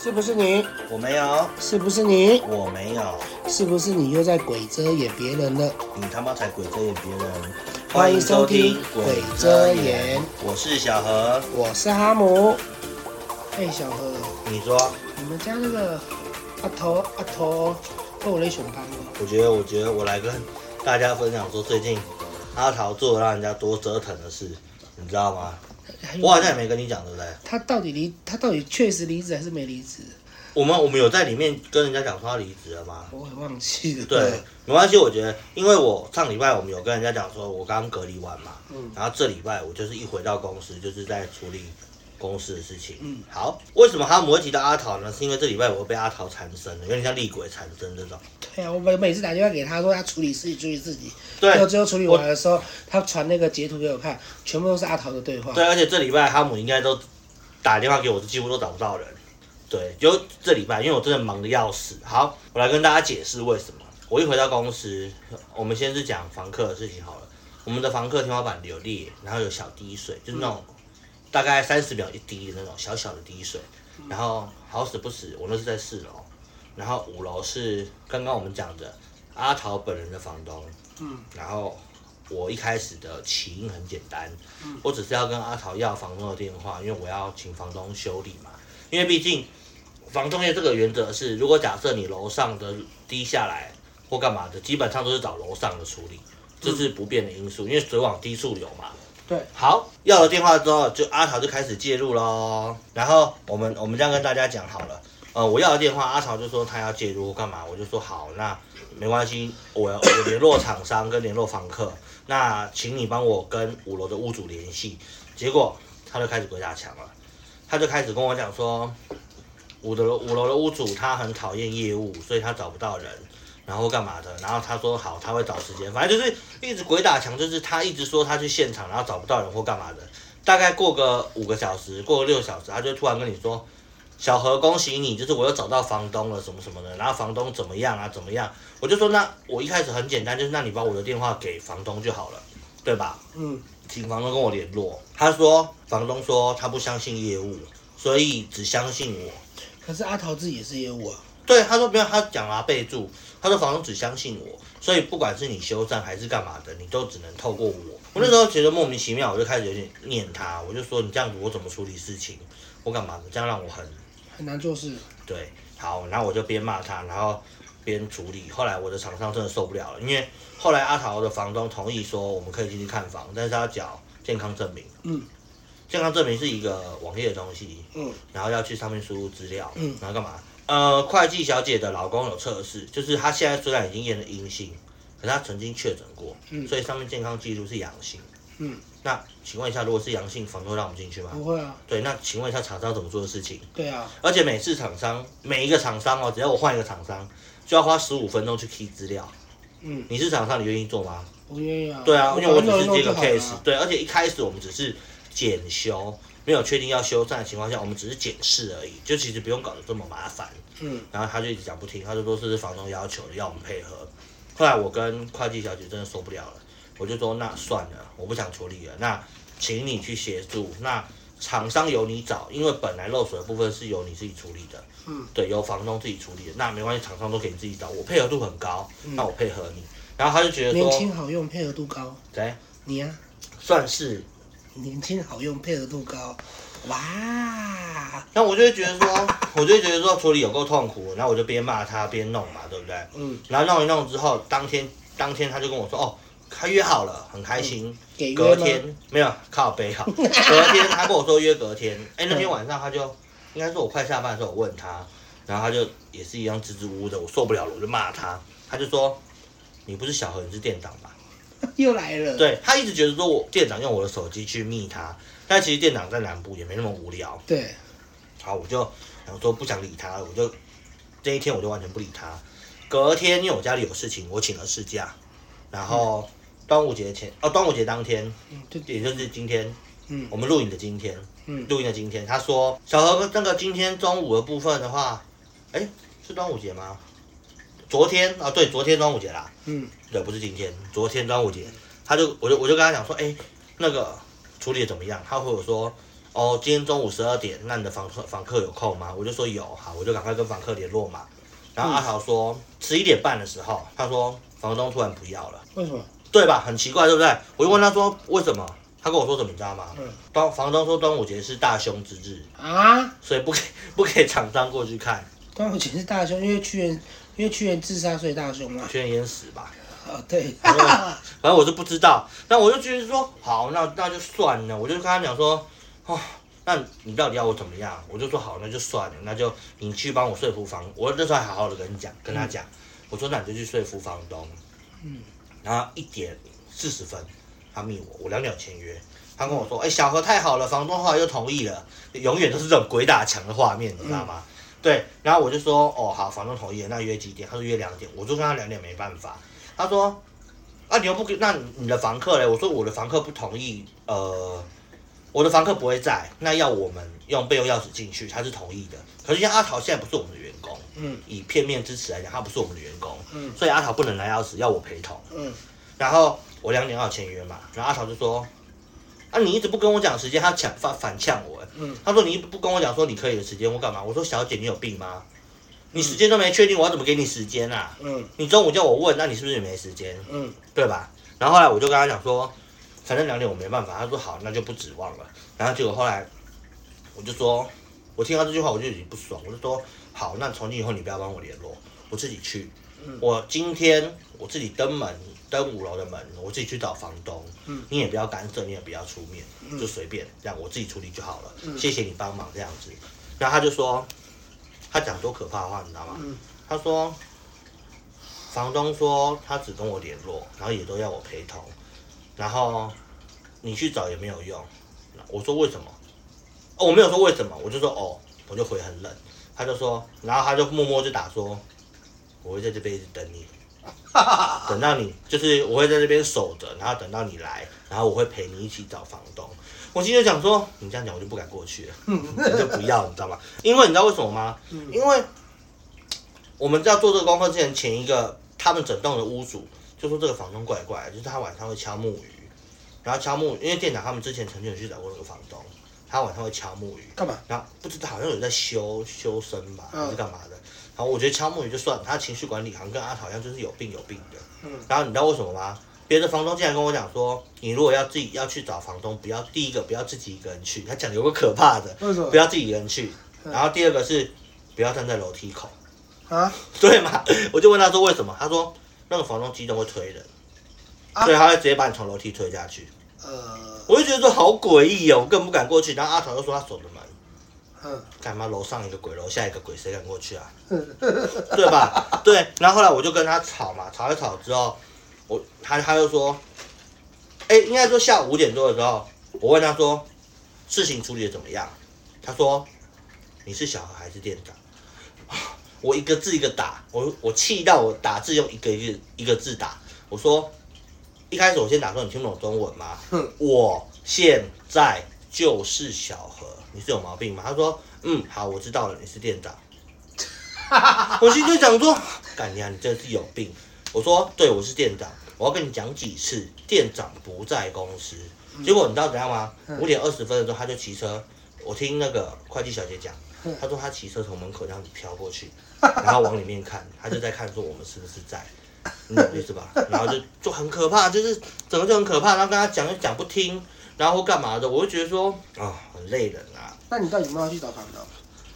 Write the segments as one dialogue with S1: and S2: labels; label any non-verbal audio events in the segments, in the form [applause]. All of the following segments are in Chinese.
S1: 是不是你？
S2: 我没有，
S1: 是不是你？
S2: 我没有，
S1: 是不是你又在鬼遮掩别人了？
S2: 你他妈才鬼遮眼别人！
S1: 欢迎收听鬼遮眼，
S2: 我是小何。
S1: 我是哈姆。哎、小何，
S2: 你说，
S1: 你们家那个阿头阿头够雷熊帮吗？
S2: 我觉得，我觉得我来跟大家分享说，最近阿桃做了让人家多折腾的事，你知道吗？
S1: 还有
S2: 我好像也没跟你讲，对不对？
S1: 他到底离他到底确实离职还是没离职？
S2: 我们我们有在里面跟人家讲说他离职了吗？
S1: 我也忘记了。
S2: 对，没关系，我觉得，因为我上礼拜我们有跟人家讲说，我刚隔离完嘛，
S1: 嗯
S2: 然后这礼拜我就是一回到公司，就是在处理公司的事情。
S1: 嗯，
S2: 好，为什么哈姆会提到阿桃呢？是因为这礼拜我被阿桃缠身了，有点像厉鬼缠身这种。
S1: 对啊，我每每次打电话给他说他处理事情，处理自己，
S2: 对
S1: 结果最后处理完的时候，他传那个截图给我看，全部都是阿桃的对话。
S2: 对，而且这礼拜哈姆应该都打电话给我，几乎都找不到人。对，就这礼拜，因为我真的忙得要死。好，我来跟大家解释为什么。我一回到公司，我们先是讲房客的事情好了。我们的房客天花板有裂，然后有小滴水，就是那种大概三十秒一滴的那种小小的滴水。然后好死不死，我那是在四楼，然后五楼是刚刚我们讲的阿桃本人的房东。
S1: 嗯，
S2: 然后我一开始的起因很简单，我只是要跟阿桃要房东的电话，因为我要请房东修理嘛。因为毕竟房东业这个原则是，如果假设你楼上的滴下来或干嘛的，基本上都是找楼上的处理，这是不变的因素，因为水往低处流嘛。
S1: 对，
S2: 好，要了电话之后，就阿桃就开始介入喽。然后我们我们这样跟大家讲好了，呃，我要了电话，阿桃就说他要介入或干嘛，我就说好，那没关系，我我联络厂商跟联络房客，那请你帮我跟五楼的屋主联系。结果他就开始鬼打墙了，他就开始跟我讲说，五楼五楼的屋主他很讨厌业务，所以他找不到人。然后干嘛的？然后他说好，他会找时间，反正就是一直鬼打墙，就是他一直说他去现场，然后找不到人或干嘛的。大概过个五个小时，过个六小时，他就会突然跟你说：“小何，恭喜你，就是我又找到房东了，什么什么的。”然后房东怎么样啊？怎么样？我就说那我一开始很简单，就是那你把我的电话给房东就好了，对吧？
S1: 嗯，
S2: 请房东跟我联络。他说房东说他不相信业务，所以只相信我。
S1: 可是阿桃自己也是业务啊。
S2: 对，他说没有，他讲了、啊、备注，他说房东只相信我，所以不管是你修缮还是干嘛的，你都只能透过我。我那时候觉得莫名其妙，我就开始有点念他，我就说你这样子我怎么处理事情，我干嘛的，这样让我很
S1: 很难做事，
S2: 对，好，然后我就边骂他，然后边处理。后来我的厂商真的受不了了，因为后来阿桃的房东同意说我们可以进去看房，但是他要缴健康证明。
S1: 嗯，
S2: 健康证明是一个网页的东西，
S1: 嗯，
S2: 然后要去上面输入资料，
S1: 嗯
S2: 然后干嘛？呃，会计小姐的老公有测试，就是她现在虽然已经验了阴性，可是她曾经确诊过，
S1: 嗯
S2: 所以上面健康记录是阳性。
S1: 嗯，
S2: 那请问一下，如果是阳性，房东会让我们进去吗？
S1: 不会啊，
S2: 对，那请问一下厂商怎么做的事情？
S1: 对啊，
S2: 而且每次厂商每一个厂商哦，只要我换一个厂商，就要花十五分钟去 key 资料。
S1: 嗯，
S2: 你是厂商，你愿意做吗？
S1: 我愿意啊。
S2: 对啊，因为我只
S1: 弄一
S2: 是
S1: 弄
S2: 接
S1: 就
S2: 个
S1: 好了
S2: case，
S1: 啊
S2: 对，而且一开始我们只是检修，没有确定要修缮的情况下，我们只是检视而已，就其实不用搞得这么麻烦。
S1: 嗯，
S2: 然后他就一直讲不听，他就说这是房东要求的，要我们配合。后来我跟会计小姐真的受不了了，我就说那算了，我不想处理了，那请你去协助，那厂商由你找，因为本来漏水的部分是由你自己处理的，
S1: 嗯，
S2: 对，由房东自己处理的，那没关系，厂商都可以自己找，我配合度很高，那我配合你。然后他就觉得
S1: 年
S2: 说，
S1: 轻好用，配合度高。
S2: 对，
S1: 你呀、
S2: 算是
S1: 年轻好用，配合度高。哇，
S2: 那我就会觉得说，我就会觉得说处理有够痛苦，然后我就边骂他边弄嘛，对不对？
S1: 嗯，
S2: 然后弄一弄之后，当天当天他就跟我说，哦，他约好了，很开心。
S1: 给嗯约
S2: 隔
S1: 吗？
S2: 天没有靠背好，隔天他跟我说约隔天，哎、
S1: 嗯
S2: 那天晚上他就应该是我快下班的时候，我问他，然后他就也是一样支支吾吾的，我受不了了，我就骂他，他就说，你不是小何，你是店长吧？
S1: 又来了。，
S2: 对他一直觉得说我店长用我的手机去密他，但其实店长在南部也没那么无聊。
S1: 对，
S2: 好，我就想说不想理他了，我就这一天我就完全不理他。隔天因为我家里有事情，我请了事假，然后端午节前哦，端午节当天，
S1: 嗯，对，
S2: 也就是今天，
S1: 嗯
S2: 我们录影的今天，
S1: 嗯
S2: 录影的今天，他说小何那个今天中午的部分的话，哎，是端午节吗？昨天啊，对，昨天端午节啦，
S1: 嗯
S2: 对，不是今天，昨天端午节，他就我就我就跟他讲说，哎、那个处理的怎么样？他回我说，哦，今天中午十二点，那你的访客访客有空吗？我就说有，好，我就赶快跟访客联络嘛。然后阿桃说十一点半的时候，他说房东突然不要了，
S1: 为什么？
S2: 对吧？很奇怪，对不对？我就问他说为什么，他跟我说什么，你知道吗？
S1: 嗯
S2: 端房东说端午节是大凶之日，
S1: 啊，
S2: 所以不给不给厂商过去看，
S1: 端午节是大凶，因为屈原，因为屈原自杀所以大凶嘛。
S2: 全淹死吧。
S1: 啊，对， [laughs]
S2: 反正我是不知道，那我就觉得说好，那那就算了，我就跟他讲说，哦，那你到底要我怎么样？我就说好，那就算了，那就你去帮我说服房，我那时候还好好的跟你讲，跟他讲，我说那你就去说服房东，
S1: 嗯，
S2: 然后一点四十分，他密我，我两点有签约，他跟我说，哎、小何太好了，房东后来又同意了，永远都是这种鬼打墙的画面，你知道吗？对，然后我就说，哦，好，房东同意了，那约几点？他说约两点，我就跟他两点没办法，他说。啊，你又不给，那你的房客嘞？我说我的房客不同意，呃，我的房客不会在，那要我们用备用钥匙进去，他是同意的。可是因为阿桃现在不是我们的员工，
S1: 嗯
S2: 以片面之词来讲，他不是我们的员工，
S1: 嗯
S2: 所以阿桃不能拿钥匙，要我陪同。
S1: 嗯，
S2: 然后我两点要签约嘛，然后阿桃就说，啊，你一直不跟我讲时间，他抢反反呛我，欸
S1: 嗯，
S2: 他说你一直不跟我讲说你可以的时间，我干嘛？我说小姐你有病吗？你时间都没确定，我要怎么给你时间啊？
S1: 嗯
S2: 你中午叫我问，那你是不是也没时间？
S1: 嗯
S2: 对吧？然后后来我就跟他讲说，反正两点我没办法。他说好，那就不指望了。然后结果后来我就说，我听到这句话我就已经不爽，我就说好，那从今以后你不要帮我联络，我自己去
S1: 嗯。
S2: 我今天我自己登门，登五楼的门，我自己去找房东。
S1: 嗯
S2: 你也不要干涉，你也不要出面，就随便这样，我自己处理就好了。
S1: 嗯
S2: 谢谢你帮忙这样子。然后他就说，他讲多可怕的话，你知道吗？
S1: 嗯
S2: 他说，房东说他只跟我联络，然后也都要我陪同，然后你去找也没有用。我说为什么？哦，我没有说为什么，我就说哦，我就回很冷。他就说，然后他就默默就打说，我会在这边一直等你，等到你就是我会在这边守着，然后等到你来，然后我会陪你一起找房东。我心里就想说，你这样讲我就不敢过去了，我就不要，你知道吗？因为你知道为什么吗？
S1: 嗯
S2: 因为我们在做这个功课之前，前一个他们整栋的屋主就说这个房东怪怪的，就是他晚上会敲木鱼，然后敲木，因为店长他们之前曾经有去找过那个房东，他晚上会敲木鱼，
S1: 干嘛？
S2: 然后不知道好像有在修修身吧，
S1: 嗯
S2: 还是干嘛的。然后我觉得敲木鱼就算了，他情绪管理好像跟阿桃一样，就是有病有病的。
S1: 嗯
S2: 然后你知道为什么吗？别的房东竟然跟我讲说，你如果要自己要去找房东，不要第一个不要自己一个人去，他讲的有个可怕的，
S1: 为什么
S2: 不要自己一个人去。
S1: 嗯
S2: 然后第二个是不要站在楼梯口，
S1: 啊？
S2: 对嘛？ [laughs] 我就问他说为什么？他说那个房东激动会推人，
S1: 啊
S2: 所以他会直接把你从楼梯推下去。
S1: 呃，
S2: 我就觉得说好诡异哦，我更不敢过去。然后阿桃就说他守着门，
S1: 嗯
S2: 干嘛楼上一个鬼，楼下一个鬼，谁敢过去啊？
S1: 嗯
S2: [laughs] 对吧？对。然后后来我就跟他吵嘛，吵一吵之后，我他他就说，哎、应该说下午五点多的时候，我问他说事情处理的怎么样？他说你是小何还是店长？我一个字一个打，我我气到我打字用一个一个一个字打。我说一开始我先打说你听不懂中文吗？
S1: 哼
S2: 我现在就是小何，你是有毛病吗？他说嗯好，我知道了，你是店长。 [laughs] 我心里就想说，干娘，你真是有病！我说，对，我是店长，我要跟你讲几次，店长不在公司。结果你知道怎样吗？
S1: 嗯
S2: 五点二十分的时候，他就骑车。我听那个会计小姐讲
S1: 嗯，
S2: 她说她骑车从门口这样子飘过去，然后往里面看，她就在看说我们是不是在，你懂意思吧？然后就就很可怕，就是整个就很可怕。然后跟她讲又讲不听，然后干嘛的，我就觉得说啊、很累人啊。
S1: 那你到底有没有去找房东？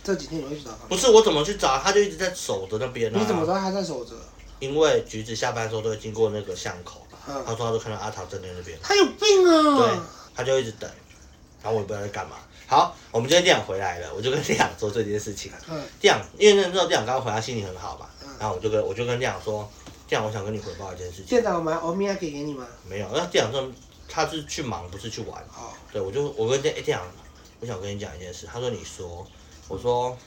S1: 这几天有没有去找房
S2: 不是我怎么去找，他就一直在守着那边、啊。
S1: 东？你怎么知道他在守着？
S2: 因为橘子下班的时候都会经过那个巷口，
S1: 嗯
S2: 他说他都看到阿桃站在那边，
S1: 他有病
S2: 对
S1: 啊！，
S2: 他就一直等，然后我也不知道在干嘛。好，我们今天店长回来了，我就跟店长说这件事情。
S1: 嗯
S2: 店长，因为那时候店长刚回来，心情很好嘛
S1: 嗯，
S2: 然后我就跟我就跟店长说，店长，我想跟你汇报一件事情。
S1: 店长，我买欧米亚给给你吗？
S2: 没有，那店长说他是去忙，不是去玩。
S1: 哦，
S2: 对，我就我跟店、诶店长，我想跟你讲一件事。他说你说，我说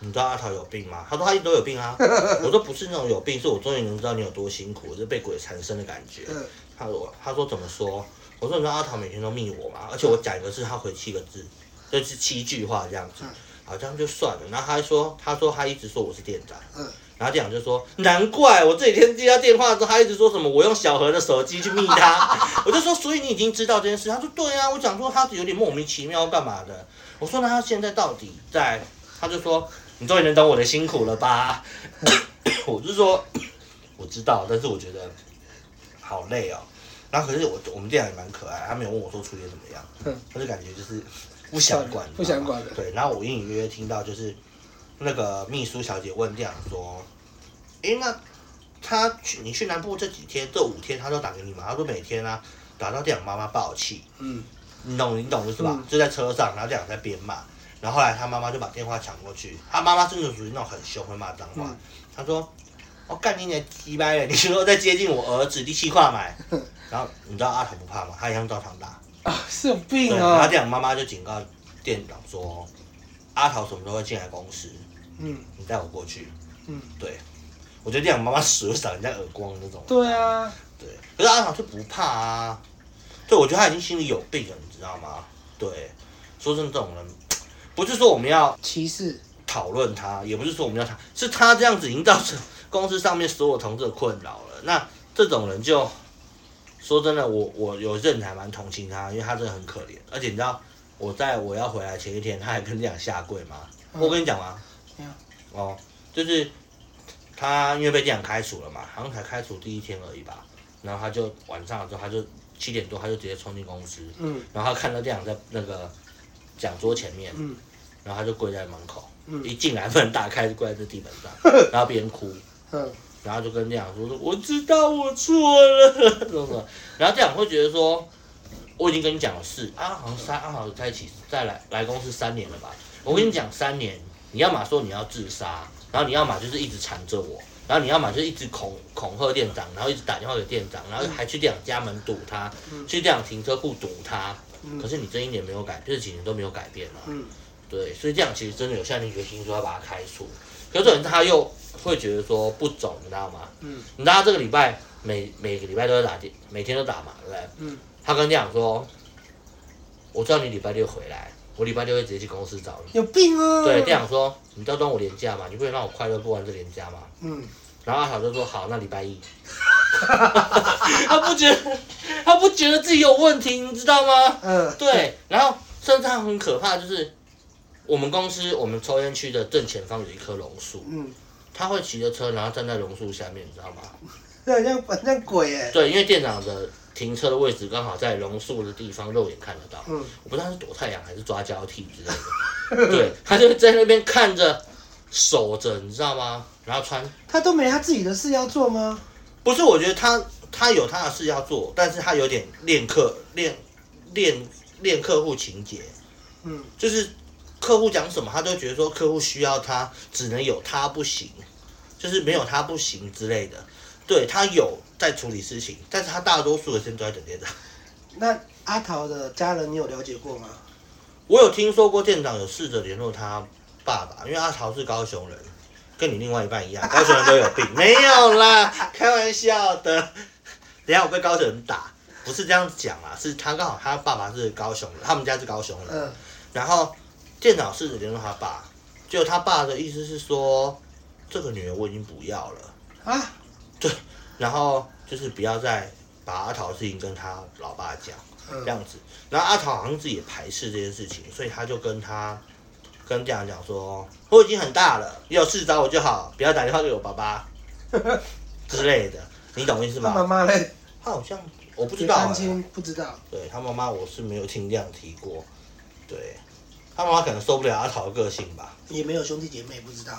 S2: 你知道阿桃有病吗？他说他一直都有病啊。我说不是那种有病，是我终于能知道你有多辛苦，就是被鬼缠身的感觉。
S1: 嗯
S2: 他说他说怎么说？我说你知道阿桃每天都密我嘛，而且我讲一个字，他回七个字，就是七句话这样子
S1: 嗯，
S2: 好像就算了。然后他还说他说他一直说我是店长，
S1: 嗯
S2: 然后店长就说：“难怪我这几天接他电话之后，他一直说什么我用小何的手机去密他。” [laughs] 我就说：“所以你已经知道这件事？”他说：“对啊，我讲说他有点莫名其妙干嘛的。”我说：“那他现在到底在？”他就说：“你终于能懂我的辛苦了吧？” [coughs] 我就说：“我知道，但是我觉得好累哦。”然后可是我我们店长也蛮可爱，他没有问我说出去怎么样，
S1: 哼
S2: 他就感觉就是不想管，
S1: 不想管了
S2: 对，然后我隐隐约约听到就是那个秘书小姐问店长说：“诶，那他去你去南部这几天这五天，他都打给你吗？”他说每天啊，打到店长妈妈爆气，
S1: 嗯，
S2: 你懂你懂是吧？
S1: 嗯
S2: 就在车上，然后店长在边骂，然后后来他妈妈就把电话抢过去，他妈妈真的属于那种很凶会骂脏话，
S1: 嗯
S2: 他说。我、干你娘鸡掰了！你说在接近我儿子，你气
S1: [laughs]
S2: 话买。然后你知道阿桃不怕吗？他一样照常打。
S1: 啊，是有病
S2: 对，然后
S1: 啊，
S2: 店长妈妈就警告店长说，阿桃什么时候会进来公司，
S1: 嗯
S2: 你带我过去。
S1: 嗯，
S2: 对，我觉得店长妈妈手赏人家耳光那种。
S1: 对，啊，
S2: 对，可是阿桃就不怕啊。对，我觉得他已经心里有病了，你知道吗？对，说真的，这种人不是说我们要
S1: 歧视，
S2: 讨论他，也不是说我们要他，是他这样子已经造成公司上面所有同事的困扰了。那这种人就说真的，我我有阵子还蛮同情他，因为他真的很可怜。而且你知道，我在我要回来前一天，他还跟店长下跪嘛。
S1: 嗯
S2: 我跟你讲吗
S1: 没有？
S2: 哦，就是他因为被店长开除了嘛，好像才开除第一天而已吧。然后他就晚上的时候，他就七点多，他就直接冲进公司，
S1: 嗯
S2: 然后他看到店长在那个讲桌前面，
S1: 嗯
S2: 然后他就跪在门口。
S1: 嗯
S2: 一进来门打开就跪在这地板上，然后边哭，
S1: 嗯，
S2: 然后就跟店长说：“我知道我错了， [laughs] 什么什么。”然后店长会觉得说：“我已经跟你讲了是啊，好像三啊，好像在一起再来来公司三年了吧？我跟你讲，三年，你要么说你要自杀，然后你要么就是一直缠着我。”然后你要么就是一直恐恐吓店长，然后一直打电话给店长，然后还去店长家门堵他，
S1: 嗯
S2: 去店长停车库堵他。
S1: 嗯
S2: 可是你这一年没有改，这几年都没有改变啊。
S1: 嗯
S2: 对，所以这样其实真的有下定决心说要把他开除，可是这种人他又会觉得说不走，你知道吗？
S1: 嗯
S2: 你知道他这个礼拜每每个礼拜都在打电，每天都打嘛，对不对？
S1: 嗯
S2: 他跟店长说，我知道你礼拜六回来，我礼拜六会直接去公司找你。
S1: 有病啊，
S2: 对，店长说，你知道端午连假嘛，你不能让我快乐过完这连假嘛。
S1: 嗯，
S2: 然后阿小就说好，那礼拜一。 [laughs] 他不觉得，他不觉得自己有问题，你知道吗？
S1: 呃，
S2: 对，然后甚至它很可怕，就是我们公司我们抽烟区的正前方有一棵榕树，
S1: 嗯，
S2: 他会骑着车，然后站在榕树下面，你知道吗？
S1: 这很像很像鬼哎，
S2: 对，因为店长的停车的位置刚好在榕树的地方，肉眼看得到。
S1: 嗯
S2: 我不知道他是躲太阳还是抓交替之类 [laughs] 的。对，他就在那边看着，守着，你知道吗？然后穿，
S1: 他都没他自己的事要做吗？
S2: 不是，我觉得他他有他的事要做，但是他有点练客练练练客户情节。
S1: 嗯
S2: 就是客户讲什么，他都觉得说客户需要他，只能有他不行，就是没有他不行之类的。对他有在处理事情，但是他大多数的时间都在等店长。
S1: 那阿桃的家人，你有了解过吗？
S2: 我有听说过店长有试着联络他爸爸，因为阿桃是高雄人，跟你另外一半一样，高雄人都有病，没有啦，开玩笑的。等一下我被高雄人打，不是这样讲啦，是他刚好他爸爸是高雄人，他们家是高雄人，
S1: 嗯
S2: 然后店长试着联络他爸，结果他爸的意思是说，这个女儿我已经不要了，
S1: 啊，
S2: 然后就是不要再把阿桃的事情跟他老爸讲这
S1: 嗯
S2: 样子。然后阿桃好像自己也排斥这件事情，所以他就跟他跟店长讲说，我已经很大了，你有事找我就好，不要打电话给我爸爸之类的，你懂意思
S1: 那妈
S2: 吗？
S1: 妈嘞？
S2: 他好像我不知
S1: 嗯别
S2: 道、
S1: 担
S2: 欸。
S1: 心，不知道。
S2: 对他妈妈，我是没有听这样提过。对他妈妈可能受不了阿桃的个性吧。
S1: 也没有兄弟姐妹，不知道。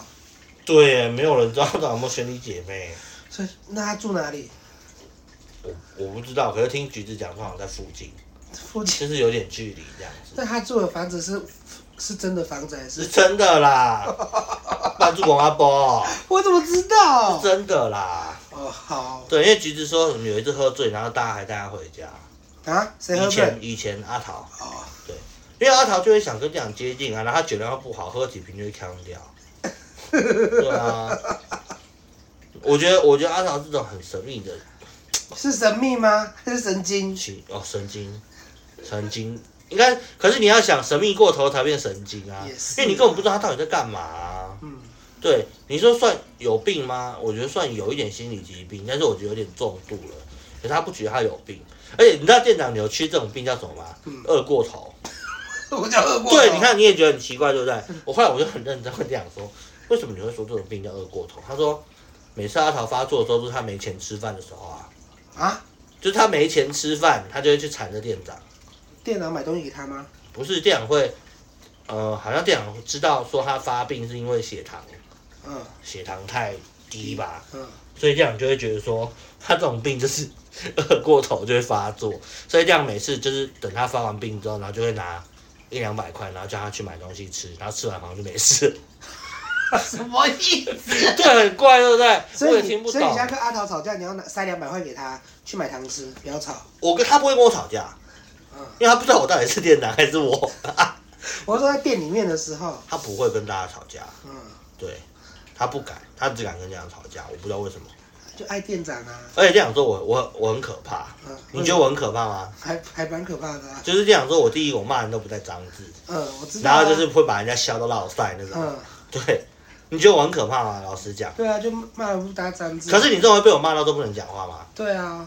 S2: 对，没有人知道她有没有兄弟姐妹，
S1: 所以那他住哪里？
S2: 我我不知道。可是听橘子讲，说好像在附近，
S1: 附近？
S2: 就是有点距离这样子，
S1: 那他住的房子是是真的房子还
S2: 是
S1: 是？
S2: 真
S1: [laughs]
S2: 的啦。帮助广阿波，
S1: 我怎么知道？
S2: 真的啦。
S1: 哦，好
S2: 对，因为橘子说什么有一次喝醉，然后大家还带他回家。
S1: 啊，谁喝
S2: 以前
S1: 醉？
S2: 以前阿桃，
S1: 哦，
S2: 因为阿桃就会想跟这样接近啊，然后他酒量不好，喝几瓶就会呛
S1: [laughs]
S2: 掉。对啊，我觉得我觉得阿桃这种很神秘的
S1: 是神秘吗？还是神经？
S2: 奇哦，神经，神经，应该，可是你要想神秘过头才变神经啊，
S1: 也是
S2: 因为你根本不知道他到底在干嘛啊、
S1: 嗯
S2: 对，你说算有病吗？我觉得算有一点心理疾病，但是我觉得有点重度了。可是他不觉得他有病，而且你知道店长扭曲这种病叫什么吗？饿过头。
S3: 我叫恶过头。
S2: 对，你看你也觉得很奇怪，对不对？我后来我就很认真跟店长说，为什么你会说这种病叫饿过头？他说，每次阿桃发作的时候，都是他没钱吃饭的时候啊，
S3: 啊，
S2: 就是他没钱吃饭，他就会去缠着店长。
S1: 店长买东西给他吗？
S2: 不是店长会，呃，好像店长知道说他发病是因为血糖
S1: 嗯
S2: 血糖太低吧，
S1: 嗯，
S2: 所以店长就会觉得说他这种病就是 [laughs] 饿过头就会发作，所以店长每次就是等他发完病之后，然后就会拿一两百块，然后叫他去买东西吃，然后吃完好像就没事了。
S3: 什么意思？
S2: 这很怪，对不对？
S1: 所
S2: 我也
S1: 以
S2: 听
S1: 你
S2: 不
S1: 所以你
S2: 懂
S1: 现。在跟阿桃吵架，你要拿塞两百块给他去买糖吃，不要吵。
S2: 我跟他不会跟我吵架，
S1: 嗯，
S2: 因为他不知道我到底是店长还是我， [laughs]
S1: 我说在店里面的时候，
S2: 他不会跟大家吵架，
S1: 嗯，
S2: 对他不敢，他只敢跟店长吵架，我不知道为什么。
S1: 就爱店长啊，
S2: 而且店长说我我我很可怕，
S1: 嗯，
S2: 你觉得我很可怕吗？
S1: 还还蛮可怕的、啊。
S2: 就是店长说我第一我骂人都不带脏字，
S1: 嗯，我知道、
S2: 然
S1: 啊。
S2: 后就是会把人家笑到落腮那种。
S1: 嗯，
S2: 对，你觉得我很可怕吗？老实讲，
S1: 对啊，就骂人不搭三字。
S2: 可是你认为被我骂到都不能讲话吗？
S1: 对啊，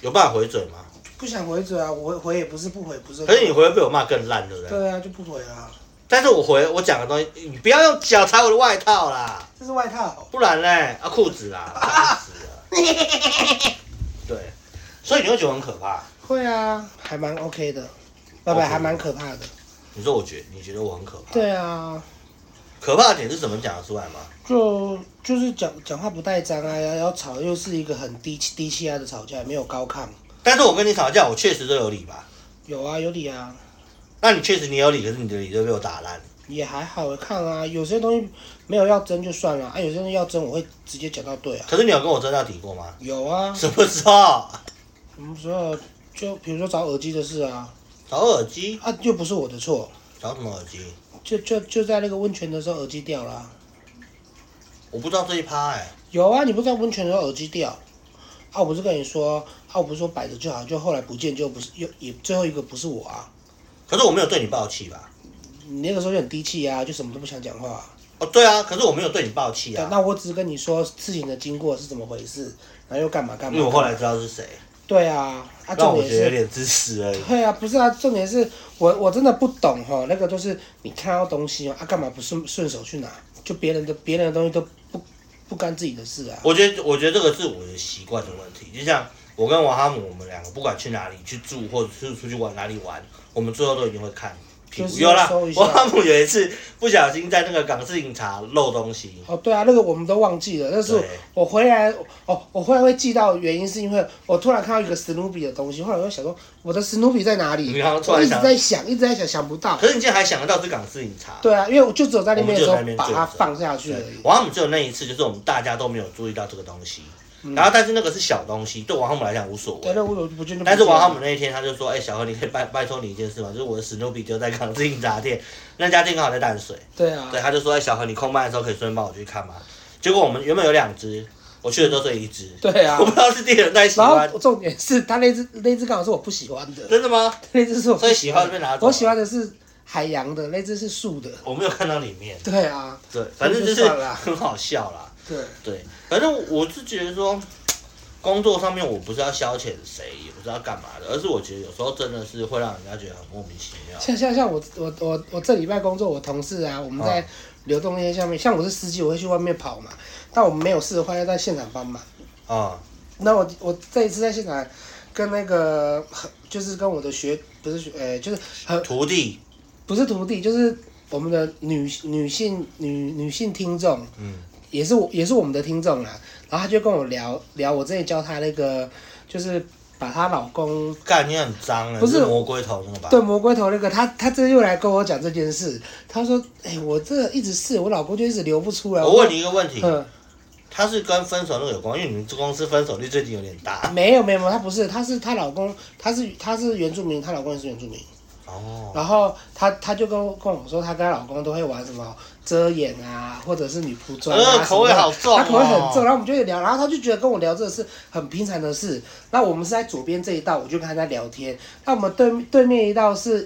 S2: 有办法回嘴吗？
S1: 不想回嘴啊，我回也不是不回，不是。
S2: 可是你回被我骂更烂，对不对？
S1: 对啊，就不回啊。
S2: 但是我回我讲的东西，你不要用脚踩我的外套啦。
S1: 这是外套，
S2: 不然嘞，啊裤子啦，烦死
S1: [laughs]
S2: 了。对，所以你会觉得很可怕。
S1: 会啊，还蛮 OK 的，拜拜，
S2: OK
S1: 还蛮可怕的。
S2: 你说我觉你觉得我很可怕？，
S1: 对啊，
S2: 可怕的点是怎么讲得出来吗？
S1: 就就是讲讲话不带脏啊，然后然后吵又是一个很低气低气压的吵架，没有高亢。
S2: 但是我跟你吵架，我确实都有理吧？
S1: 有啊，有理啊，
S2: 那你确实你有理，可是你的理都被我打烂。
S1: 也还好看啊。有些东西没有要争就算了啊，有些东西要争我会直接讲到对啊。
S2: 可是你有跟我争到底过吗？ [laughs]
S1: 有啊，
S2: 什么时候？
S1: 什么时候就比如说找耳机的事啊，
S2: 找耳机？
S1: 啊又不是我的错，
S2: 找什么耳机？
S1: 就就就在那个温泉的时候耳机掉了啊、
S2: 我不知道这一趴哎、
S1: 有啊，你不知道温泉的时候耳机掉，啊，我不是跟你说，啊，我不是说摆着就好，就后来不见就不是，又也最后一个不是我啊，
S2: 可是我没有对你爆气吧？
S1: 你那个时候就很低气啊，就什么都不想讲话、
S2: 哦，对啊，可是我没有对你爆气
S1: 对，
S2: 啊，
S1: 那我只是跟你说事情的经过是怎么回事，然后又干嘛干
S2: 因
S1: 嘛。
S2: 为我后来知道是谁，
S1: 对啊，啊，
S2: 让
S1: 重
S2: 我
S1: 点
S2: 觉得有
S1: 是，
S2: 点自私而已。
S1: 对啊，不是啊，重点是我我真的不懂哈，那个都是你看到东西哦啊，干嘛不顺顺手去拿？就别人的别人的东西都不不干自己的事啊。
S2: 我觉得，我觉得这个是我的习惯的问题。就像我跟王哈姆，我们两个不管去哪里去住，或者是出去玩哪里玩，我们最后都一定会看屁
S1: 就
S2: 股。
S1: 是
S2: 有啦
S1: 搜一，下
S2: 王哈姆有一次不小心在那个港式饮茶漏东西，
S1: 哦，对啊，那个我们都忘记了。但是
S2: 对
S1: 我回来，哦，我回来会记到原因是因为我突然看到一个史努比的东西，后来我就想说，我的史努比在哪
S2: 你
S1: 里？
S2: 刚刚突
S1: 我
S2: 然
S1: 一直
S2: 想，
S1: 在想，一直在想，想不到
S2: 可。是你竟然还想得到是港式饮茶。
S1: 对啊，因为我就只有在那边的时
S2: 我
S1: 候
S2: 们就在那边
S1: 把它
S2: 坐着
S1: 放下去而
S2: 对
S1: 已。
S2: 王哈姆只有那一次，就是我们大家都没有注意到这个东西。然后，但是那个是小东西，对王哈姆来讲无所
S1: 嗯对，
S2: 谓。
S1: 那我有不见就不见了。
S2: 但是王哈姆那一天他就说：“哎、小何，你可以拜拜托你一件事吗？就是我的史努比丢在港式饮茶店，那家店刚好在淡水。”
S1: 对啊
S2: 对，，他就说：“哎，小何，你空班的时候可以顺便帮我去看吗？”结果我们原本有两只，我去的都是一只，
S1: 对啊
S2: 我。不知道是店员太喜
S1: 然
S2: 欢
S1: 后，重点是他那只那只刚好是我不喜欢的，
S2: 真的吗？
S1: 那只是我不
S2: 所以喜欢就被拿走啊了
S1: 我喜欢的是海洋的，那只是树的。
S2: 我没有看到里面，
S1: 对啊，
S2: 对，反正就是
S1: 那就算了
S2: 很好笑啦，
S1: 对，
S2: 对，反正我是觉得说，工作上面我不是要消遣谁，也不是要干嘛的，而是我觉得有时候真的是会让人家觉得很莫名其妙。
S1: 像像像我我我我这礼拜工作，我同事啊，我们在流动线下面，像我是司机，我会去外面跑嘛。但我们没有事的话，要在现场帮忙。
S2: 啊、
S1: 那我我这一次在现场跟那个就是跟我的学不是学呃就是很
S2: 徒弟，
S1: 不是徒弟，就是我们的女女性女女性听众，
S2: 嗯，
S1: 也是我也是我们的听众啦。然后他就跟我聊聊我之前教她那个，就是把她老公
S2: 干你很脏啊，
S1: 不是
S2: 你魔鬼头那个吧？
S1: 对魔鬼头那个，他他这又来跟我讲这件事。他说：“哎、我这一直试，我老公就一直流不出来。”
S2: 我问你一个问题，
S1: 嗯，
S2: 他是跟分手那个有关，因为你们公司分手率最近有点大。
S1: 嗯没有没有没有，她不是，她是她老公，她是她是原住民，她老公也是原住民。
S2: 哦，
S1: 然后她她就跟我跟我说，她跟她老公都会玩什么遮掩啊，或者是女仆装啊，
S2: 呃口味好重哦
S1: 她口味很重。然后我们就会聊，然后她就觉得跟我聊这个是很平常的事。那我们是在左边这一道，我就跟她在聊天。那我们对对面一道是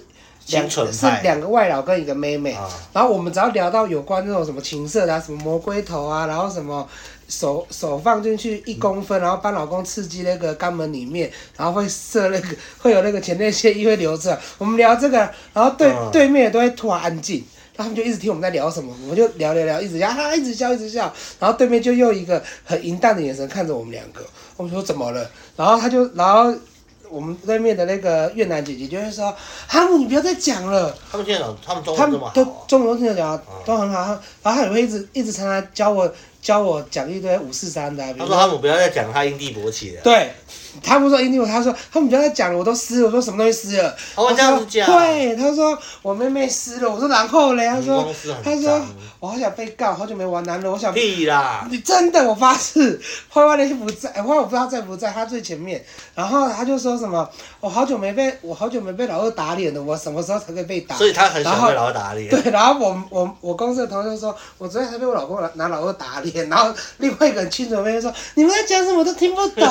S2: 清
S1: 两
S2: 纯
S1: 是
S2: 派
S1: 两个外劳跟一个妹妹。
S2: 啊，
S1: 然后我们只要聊到有关那种什么情色的、啊，什么魔龟头啊，然后什么手手放进去一公分，然后帮老公刺激那个肛门里面，然后会射那个 [laughs] 会有那个前列腺液会流出来。我们聊这个，然后对、
S2: 嗯
S1: 对面也都会突然安静。然后他们就一直听我们在聊什么，我们就聊聊聊，一直聊，哈、啊，一直笑，一直笑。然后对面就用一个很淫荡的眼神看着我们两个，我们说怎么了？然后他就，然后我们对面的那个越南姐姐就会说：“哈姆，你不要再讲了。”
S2: 他们现在他们中
S1: 他
S2: 文这
S1: 们
S2: 么好
S1: 都
S2: 啊，
S1: 中文都听得懂啊
S2: 嗯，
S1: 都很好。然后他也会一直一直常常教我教我讲一堆五四三的、啊，比
S2: 他
S1: 如
S2: 说他们不要再讲他因地勃起了，
S1: 对，他不说印度，他说他们不要再讲了，我都湿了，我说什么东西湿了？
S2: 他哦会这样子
S1: 他
S2: 讲，
S1: 说对，他说我妹妹湿了，我说然后嘞，他
S2: 你
S1: 说
S2: 公司很
S1: 他说
S2: 脏
S1: 我好想被告，好久没玩男人，我想
S2: 屁啊啦，
S1: 你真的，我发誓，花花那些不在，花花我不知道在不在，他最前面。然后他就说什么，我好久没被我好久没被老二打脸了，我什么时候才可以被打？
S2: 所以他很喜
S1: 然
S2: 欢
S1: 后
S2: 被老打脸，
S1: 啊对，然后我我我公司的同事说，我昨天才被我老公拿拿老二打脸，然后另外一个人亲嘴妹说，你们在讲什么我都听不
S2: [laughs]
S1: 懂，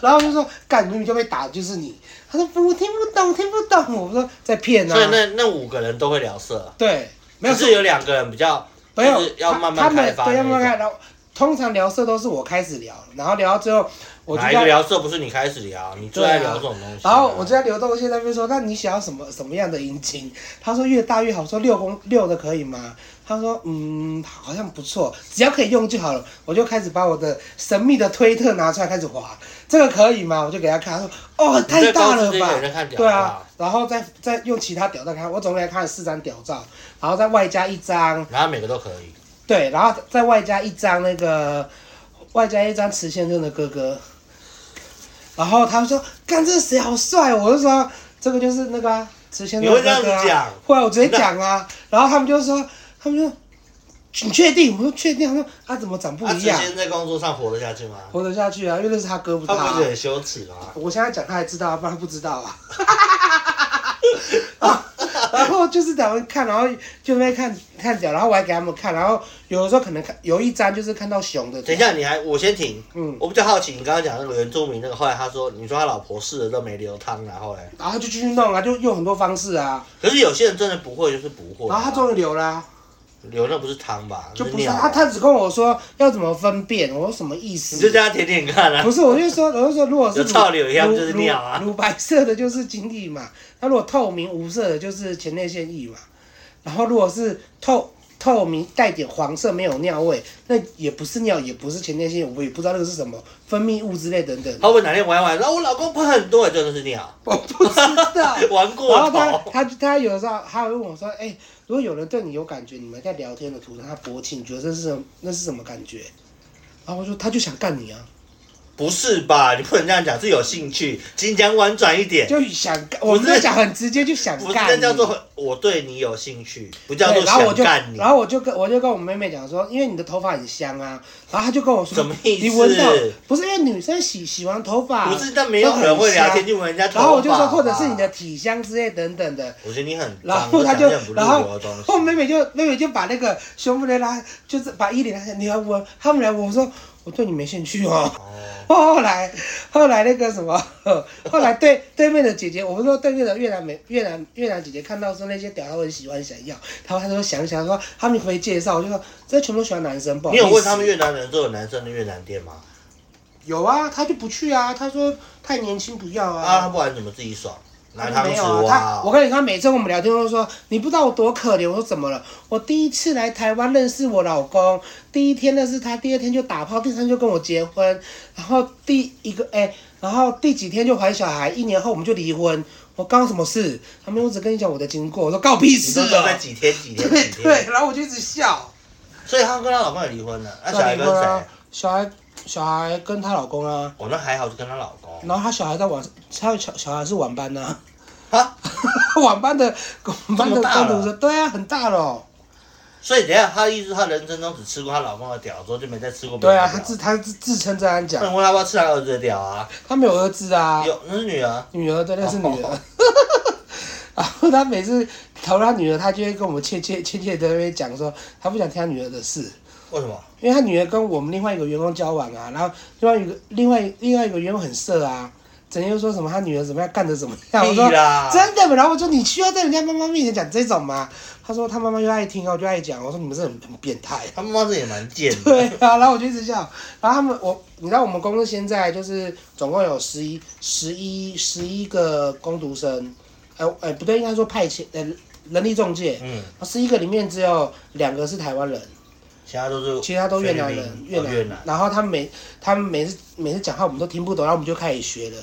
S1: 然后我就说，干明明就被打的就是你，他说不我听不懂听不懂，我说在骗
S2: 所以
S1: 啊，
S2: 那那五个人都会聊色，
S1: 对，没有
S2: 只是有两个人比较，
S1: 没有
S2: 就是要
S1: 他
S2: 慢
S1: 他
S2: 慢
S1: 们
S2: 开发
S1: 对，
S2: 那
S1: 要慢慢
S2: 种
S1: 开，然后通常聊色都是我开始聊，然后聊到最后我就
S2: 哪一
S1: 要
S2: 个。聊色不是你开始聊，你最爱聊这种东西啊。
S1: 然后我就在流动线那边说，那你想要什么什么样的阴茎？他说越大越好，我说六公六的可以吗？他说嗯，好像不错，只要可以用就好了。我就开始把我的神秘的推特拿出来开始划，这个可以吗？我就给他看，他说哦，
S2: 你
S1: 太
S2: 在
S1: 大
S2: 公司
S1: 了
S2: 这
S1: 吧
S2: 个有？人看屌
S1: 对
S2: 照
S1: 啊，，然后再再用其他屌照看，我总共给他看了四张屌照，然后再外加一张
S2: 然后每个都可以，
S1: 对，然后再外加一张那个，外加一张池先生的哥哥。然后他说：“干，这谁好帅？”我就说：“这个就是那个、啊、池先生的
S2: 你会
S1: 哥
S2: 这
S1: 哥、
S2: 样
S1: 啊
S2: 子讲。”
S1: 会啊，我直接讲啊。然后他们就说：“他们就你确定？”我说：“确定。”他说：“啊，怎么长不
S2: 他之
S1: 一样？
S2: 前在工作上活得下去吗？
S1: 活得下去啊，因为那是他哥，不是
S2: 他
S1: 他
S2: 不
S1: 啊。
S2: 是很羞耻吗？
S1: 我现在讲他还知道啊，不然他不知道啊。 [laughs] 啊然后就是他们看，然后就在那边看看脚，然后我还给他们看，然后有的时候可能看有一张就是看到熊的。
S2: 等一，下，你还我先停。
S1: 嗯，
S2: 我比较好奇，你刚刚讲那个原住民那个，后来他说，你说他老婆试了都没流汤，然后嘞，
S1: 然后就继续弄啊，就用很多方式啊，
S2: 可是有些人真的不会，就是不会。
S1: 然后他终于流啦、
S2: 流那不是汤吧？
S1: 就不是啊
S2: 尿吧
S1: 他，他只跟我说要怎么分辨，我说什么意思？啊
S2: 你就这样舔舔看 [laughs] 啊
S1: 不。是，我就说，我就说，如果是
S2: 有臭流一样
S1: 乳
S2: 就是尿啊
S1: 乳乳白色的就是精液嘛，那如果透明无色的就是前列腺液嘛，然后如果是透透明带点黄色没有尿味，那也不是尿，也不是前列腺，我也不知道那个是什么分泌物之类等等，
S2: 他会不会哪天玩一玩，然哦后我老公喷很多，真的
S1: [laughs]
S2: 是尿，
S1: 我不知道。
S2: 玩 [laughs] 过
S1: 然后他
S2: 头。
S1: 他他有的时候他还问我说，哎、如果有人对你有感觉，你们在聊天的途中他勃起，你觉得这是什么那是什么感觉？然后我说他就想干你啊。
S2: 不是吧？你不能这样讲，是有兴趣，金江婉转一点，
S1: 就想干，我们在讲很直接，就想
S2: 不是
S1: 干
S2: 那
S1: 你。
S2: 叫做我对你有兴趣，不叫
S1: 对，
S2: 做
S1: 然后我
S2: 想
S1: 就，
S2: 干你。
S1: 然后我就跟我就跟我妹妹讲说，因为你的头发很香啊，然后她就跟我说，
S2: 什么意思
S1: 你闻到？不是因为女生洗洗完头发，
S2: 不是，但没有人会聊天就闻人家头发吧啊
S1: 然后我就说，或者是你的，体香之类等等的。
S2: 我觉得你很脏，
S1: 然后他就
S2: 你讲这种，不
S1: 然
S2: 入流
S1: 后
S2: 的东西
S1: 后妹妹就妹妹就把那个胸部的拉，就是把衣领拉下来，你来闻，他们来闻，我说我对你没兴趣哦。
S2: 哦，
S1: [laughs] 后来，后来那个什么， [laughs] 后来对对面的姐姐，我们说对面的越南美越南越南姐姐看到说那些屌，她会喜欢想要，她她说想一想说他们可不可以介绍，我就说这全部都喜欢男生，不好
S2: 你
S1: 意思
S2: 有问他们越南人都有男生的越南店吗？
S1: 有啊，她就不去啊，她说太年轻不要
S2: 啊，他
S1: 啊。
S2: 不然怎么自己爽？拿
S1: 她
S2: 汤
S1: 就没
S2: 匙
S1: 有啊，
S2: 挖
S1: 她我
S2: 哦。
S1: 跟你说，每次我们聊天都说，你不知道我多可怜。我说怎么了？我第一次来台湾认识我老公，第一天认识他，第二天就打炮，第三天就跟我结婚，然后第一个哎、然后第几天就怀小孩，一年后我们就离婚。我刚什么事？他们我只跟你讲我的经过，我说告屁
S2: 你
S1: 事
S2: 都知道在
S1: 啊！
S2: 几天几
S1: 对
S2: 天几
S1: [laughs] 对
S2: 天，，
S1: 然后我就一直笑。
S2: 所以她跟她老公也离婚了，那小孩跟
S1: 离婚啊
S2: 谁？？
S1: 小孩小孩跟她老公啊，
S2: 哦，那还好是跟她老公。
S1: 然后她小孩在晚，她小小孩是晚班呐、
S2: 啊，
S1: [laughs] 晚班的晚班
S2: 这
S1: 的
S2: 么大
S1: 工
S2: 了
S1: 读生，对啊，很大了哦。
S2: 所以等一下她意思，她人生中只吃过她老公的屌，之后就没再吃过别
S1: 对
S2: 人的
S1: 啊，
S2: 屌。
S1: 她自她自自称这样
S2: 那
S1: 讲，
S2: 你问她要不要吃她儿子的屌啊？
S1: 她没有儿子啊，
S2: 嗯有，哦那是女儿。
S1: 女儿对，那是女儿。 [laughs] 然后她每次讨论她女儿，她就会跟我们切切切切的那边讲说，她不想听她女儿的事。
S2: 为什么？
S1: 因为他女儿跟我们另外一个员工交往啊，然后另外一个另外另外一个员工很色啊，整天又说什么他女儿怎么样干的怎么样，我
S2: 屁
S1: 说
S2: 啦！
S1: 真的吗？然后我说你需要在人家妈妈面前讲这种吗？他说他妈妈又爱听，然后就爱讲。我说你们这很很变态。啊
S2: 他妈这也蛮贱的。
S1: [laughs] 对啊，然后我就一直笑。然后他们，我你知道我们公司现在就是总共有十一、十一、十一个工读生，呃呃不对，应该说派遣呃人力中介，
S2: 嗯，
S1: 十一个里面只有两个是台湾人，
S2: 其他都是
S1: 其他都越南
S2: 菲律
S1: 人，
S2: 宾
S1: 越
S2: 哦
S1: 南。
S2: 越南
S1: 然后他们每他们每次每次讲话我们都听不懂，然后我们就开始学了。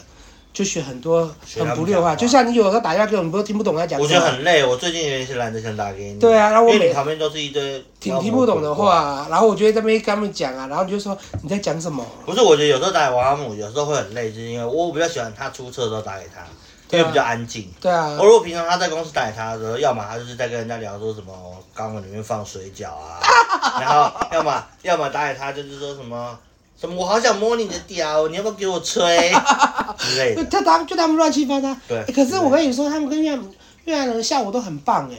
S1: 就学很多
S2: 学
S1: 很
S2: 他们
S1: 不溜的
S2: 讲话
S1: 话，就像你有时候打电话给我，你不都听不懂他讲什么？
S2: 我觉得很累，我最近有点是懒得想打给你。
S1: 对啊然后我
S2: 因为
S1: 每
S2: 你旁边都是一堆
S1: 听听不懂的。话，然后我就会在那边跟他们讲啊，然后你就说你在讲什么？
S2: 不是，我觉得有时候打给王阿姆，有时候会很累，就是因为我比较喜欢他出车的时候打给他，
S1: 对
S2: 因
S1: 啊
S2: 为比较安静。
S1: 对啊
S2: 哦我，如果平常他在公司打给他的时候，要么他就是在跟人家聊说什么肛门里面放水饺啊，然后要么要么打给他就是说什么什么我好想摸你的屌，你要不要给我吹 [laughs] 之类
S1: 就
S2: 的。
S1: 他他就他们乱七八糟。
S2: 对
S1: 欸可是我跟你说，他们跟越南越南人下午都很棒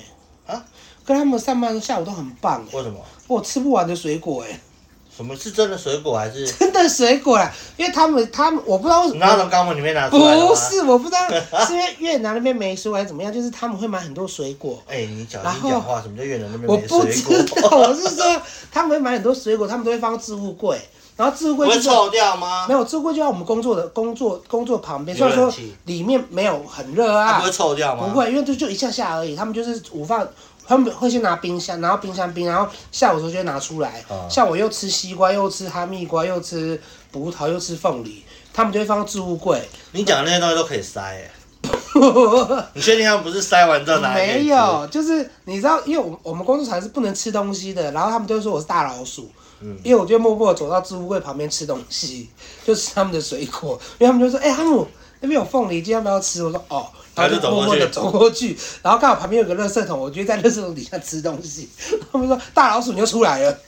S1: 哎、
S2: 啊，
S1: 跟他们上班下午都很棒哎、
S2: 为什么？
S1: 我吃不完的水果哎、
S2: 什么是真的水果还
S1: [laughs]
S2: 是
S1: 真的水果啦，因为他们他们我不知道为什
S2: 你拿
S1: 么。
S2: 从肛门里面拿出来的吗
S1: 不？是，我不知道是因为越南那边没水果还是怎么样，就是他们会买很多水果。
S2: 哎、你小
S1: 然
S2: 心
S1: 后
S2: 讲话，什么叫越南那
S1: 我
S2: 边没
S1: 不
S2: 水
S1: 知
S2: 果？
S1: 道，我是说他们会买很多水果，他们都会放到置物柜，然后置物
S2: [laughs] 不
S1: 柜就
S2: 会
S1: 是
S2: 臭掉吗
S1: 没？有置物柜就在我们工作的工作工作旁边，
S2: 有
S1: 虽然说
S2: 冷气
S1: 里面没有很热啊，
S2: 它不会臭掉吗？
S1: 不。会，因为就就一下下而已。他们就是午饭，他们会先拿冰箱，然后冰箱冰，然后下午的时候就会拿出来。
S2: 啊
S1: 下午又吃西瓜，又吃哈密瓜，又吃葡萄，又吃凤梨，他们就会放到置物柜。
S2: 你讲的那些东西都可以塞、
S1: [laughs]
S2: 哎，你确定他们不是塞完之后拿来给
S1: 没
S2: 你吃
S1: 有，就是你知道，因为我们我们工作场是不能吃东西的，然后他们就会说我是大老鼠，
S2: 嗯
S1: 因为我就默默地走到置物柜旁边吃东西，就吃他们的水果，因为他们就说，哎、哈姆那边有凤梨，今天要不要吃？我说哦，然后
S2: 他就走
S1: 默默
S2: 过去
S1: 的走过去，然后刚好旁边有个垃圾桶，我就在垃圾桶底下吃东西， [laughs] 他们说大老鼠你就出来了，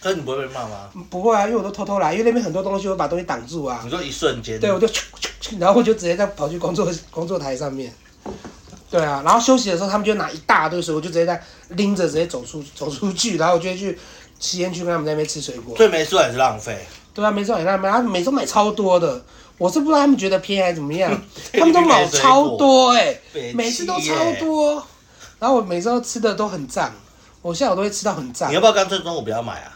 S2: 可是你不会被骂吗？
S1: 不会啊，因为我都偷偷来，因为那边很多东西我会把东西挡住啊
S2: 你，说一瞬间，
S1: 对，我就然后我就直接再跑去工作工作台上面。对啊，然后休息的时候，他们就拿一大堆水果，就直接在拎着直接走出走出去，然后我就会去吸烟区跟他们在那边吃水果。
S2: 最没素也是浪费。
S1: 对啊，没错，他们他们每次买超多的，我是不知道他们觉得便宜还是怎么
S2: [laughs]
S1: 样，他们都买超多哎、
S2: 北
S1: 每次都
S2: 七耶
S1: 超多，然后我每次都吃的都很胀，我下午都会吃到很胀
S2: 你要。不要干脆中午不要买啊？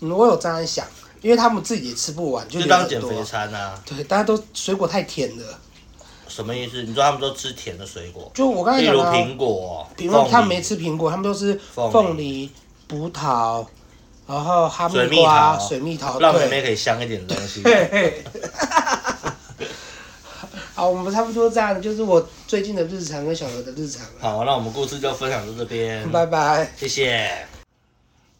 S1: 嗯我有这样想，因为他们自己也吃不完，就
S2: 就
S1: 留
S2: 当
S1: 很
S2: 减肥
S1: 多。
S2: 餐啊？
S1: 对，大家都水果太甜了，
S2: 什么意思？你说他们都吃甜的水果，
S1: 就我刚才
S2: 例
S1: 讲
S2: 如
S1: 的啊、
S2: 苹果、
S1: 苹果，
S2: 凤梨
S1: 他们没吃苹果，他们都是
S2: 凤梨
S1: 凤梨、葡萄，然后哈
S2: 水
S1: 密
S2: 蜜
S1: 瓜、
S2: 桃，
S1: 水蜜桃，
S2: 让妹妹
S1: 对，
S2: 可以香一点的东西。
S1: 嘿嘿。 [laughs] 好，我们差不多这样，就是我最近的日常跟小何的日常了，
S2: 好，那我们故事就分享到这边，
S1: 拜拜。
S2: 谢谢，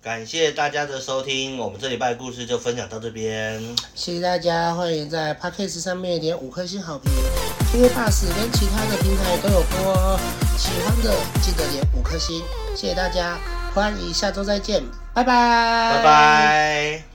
S2: 感谢大家的收听，我们这礼拜的故事就分享到这边。
S1: 谢谢大家，欢迎在 Podcast 上面点五颗星好评，QQ Bus 跟其他的平台都有播哦。喜欢的记得点五颗星，谢谢大家，欢迎下周再见，拜拜，
S2: 拜。拜。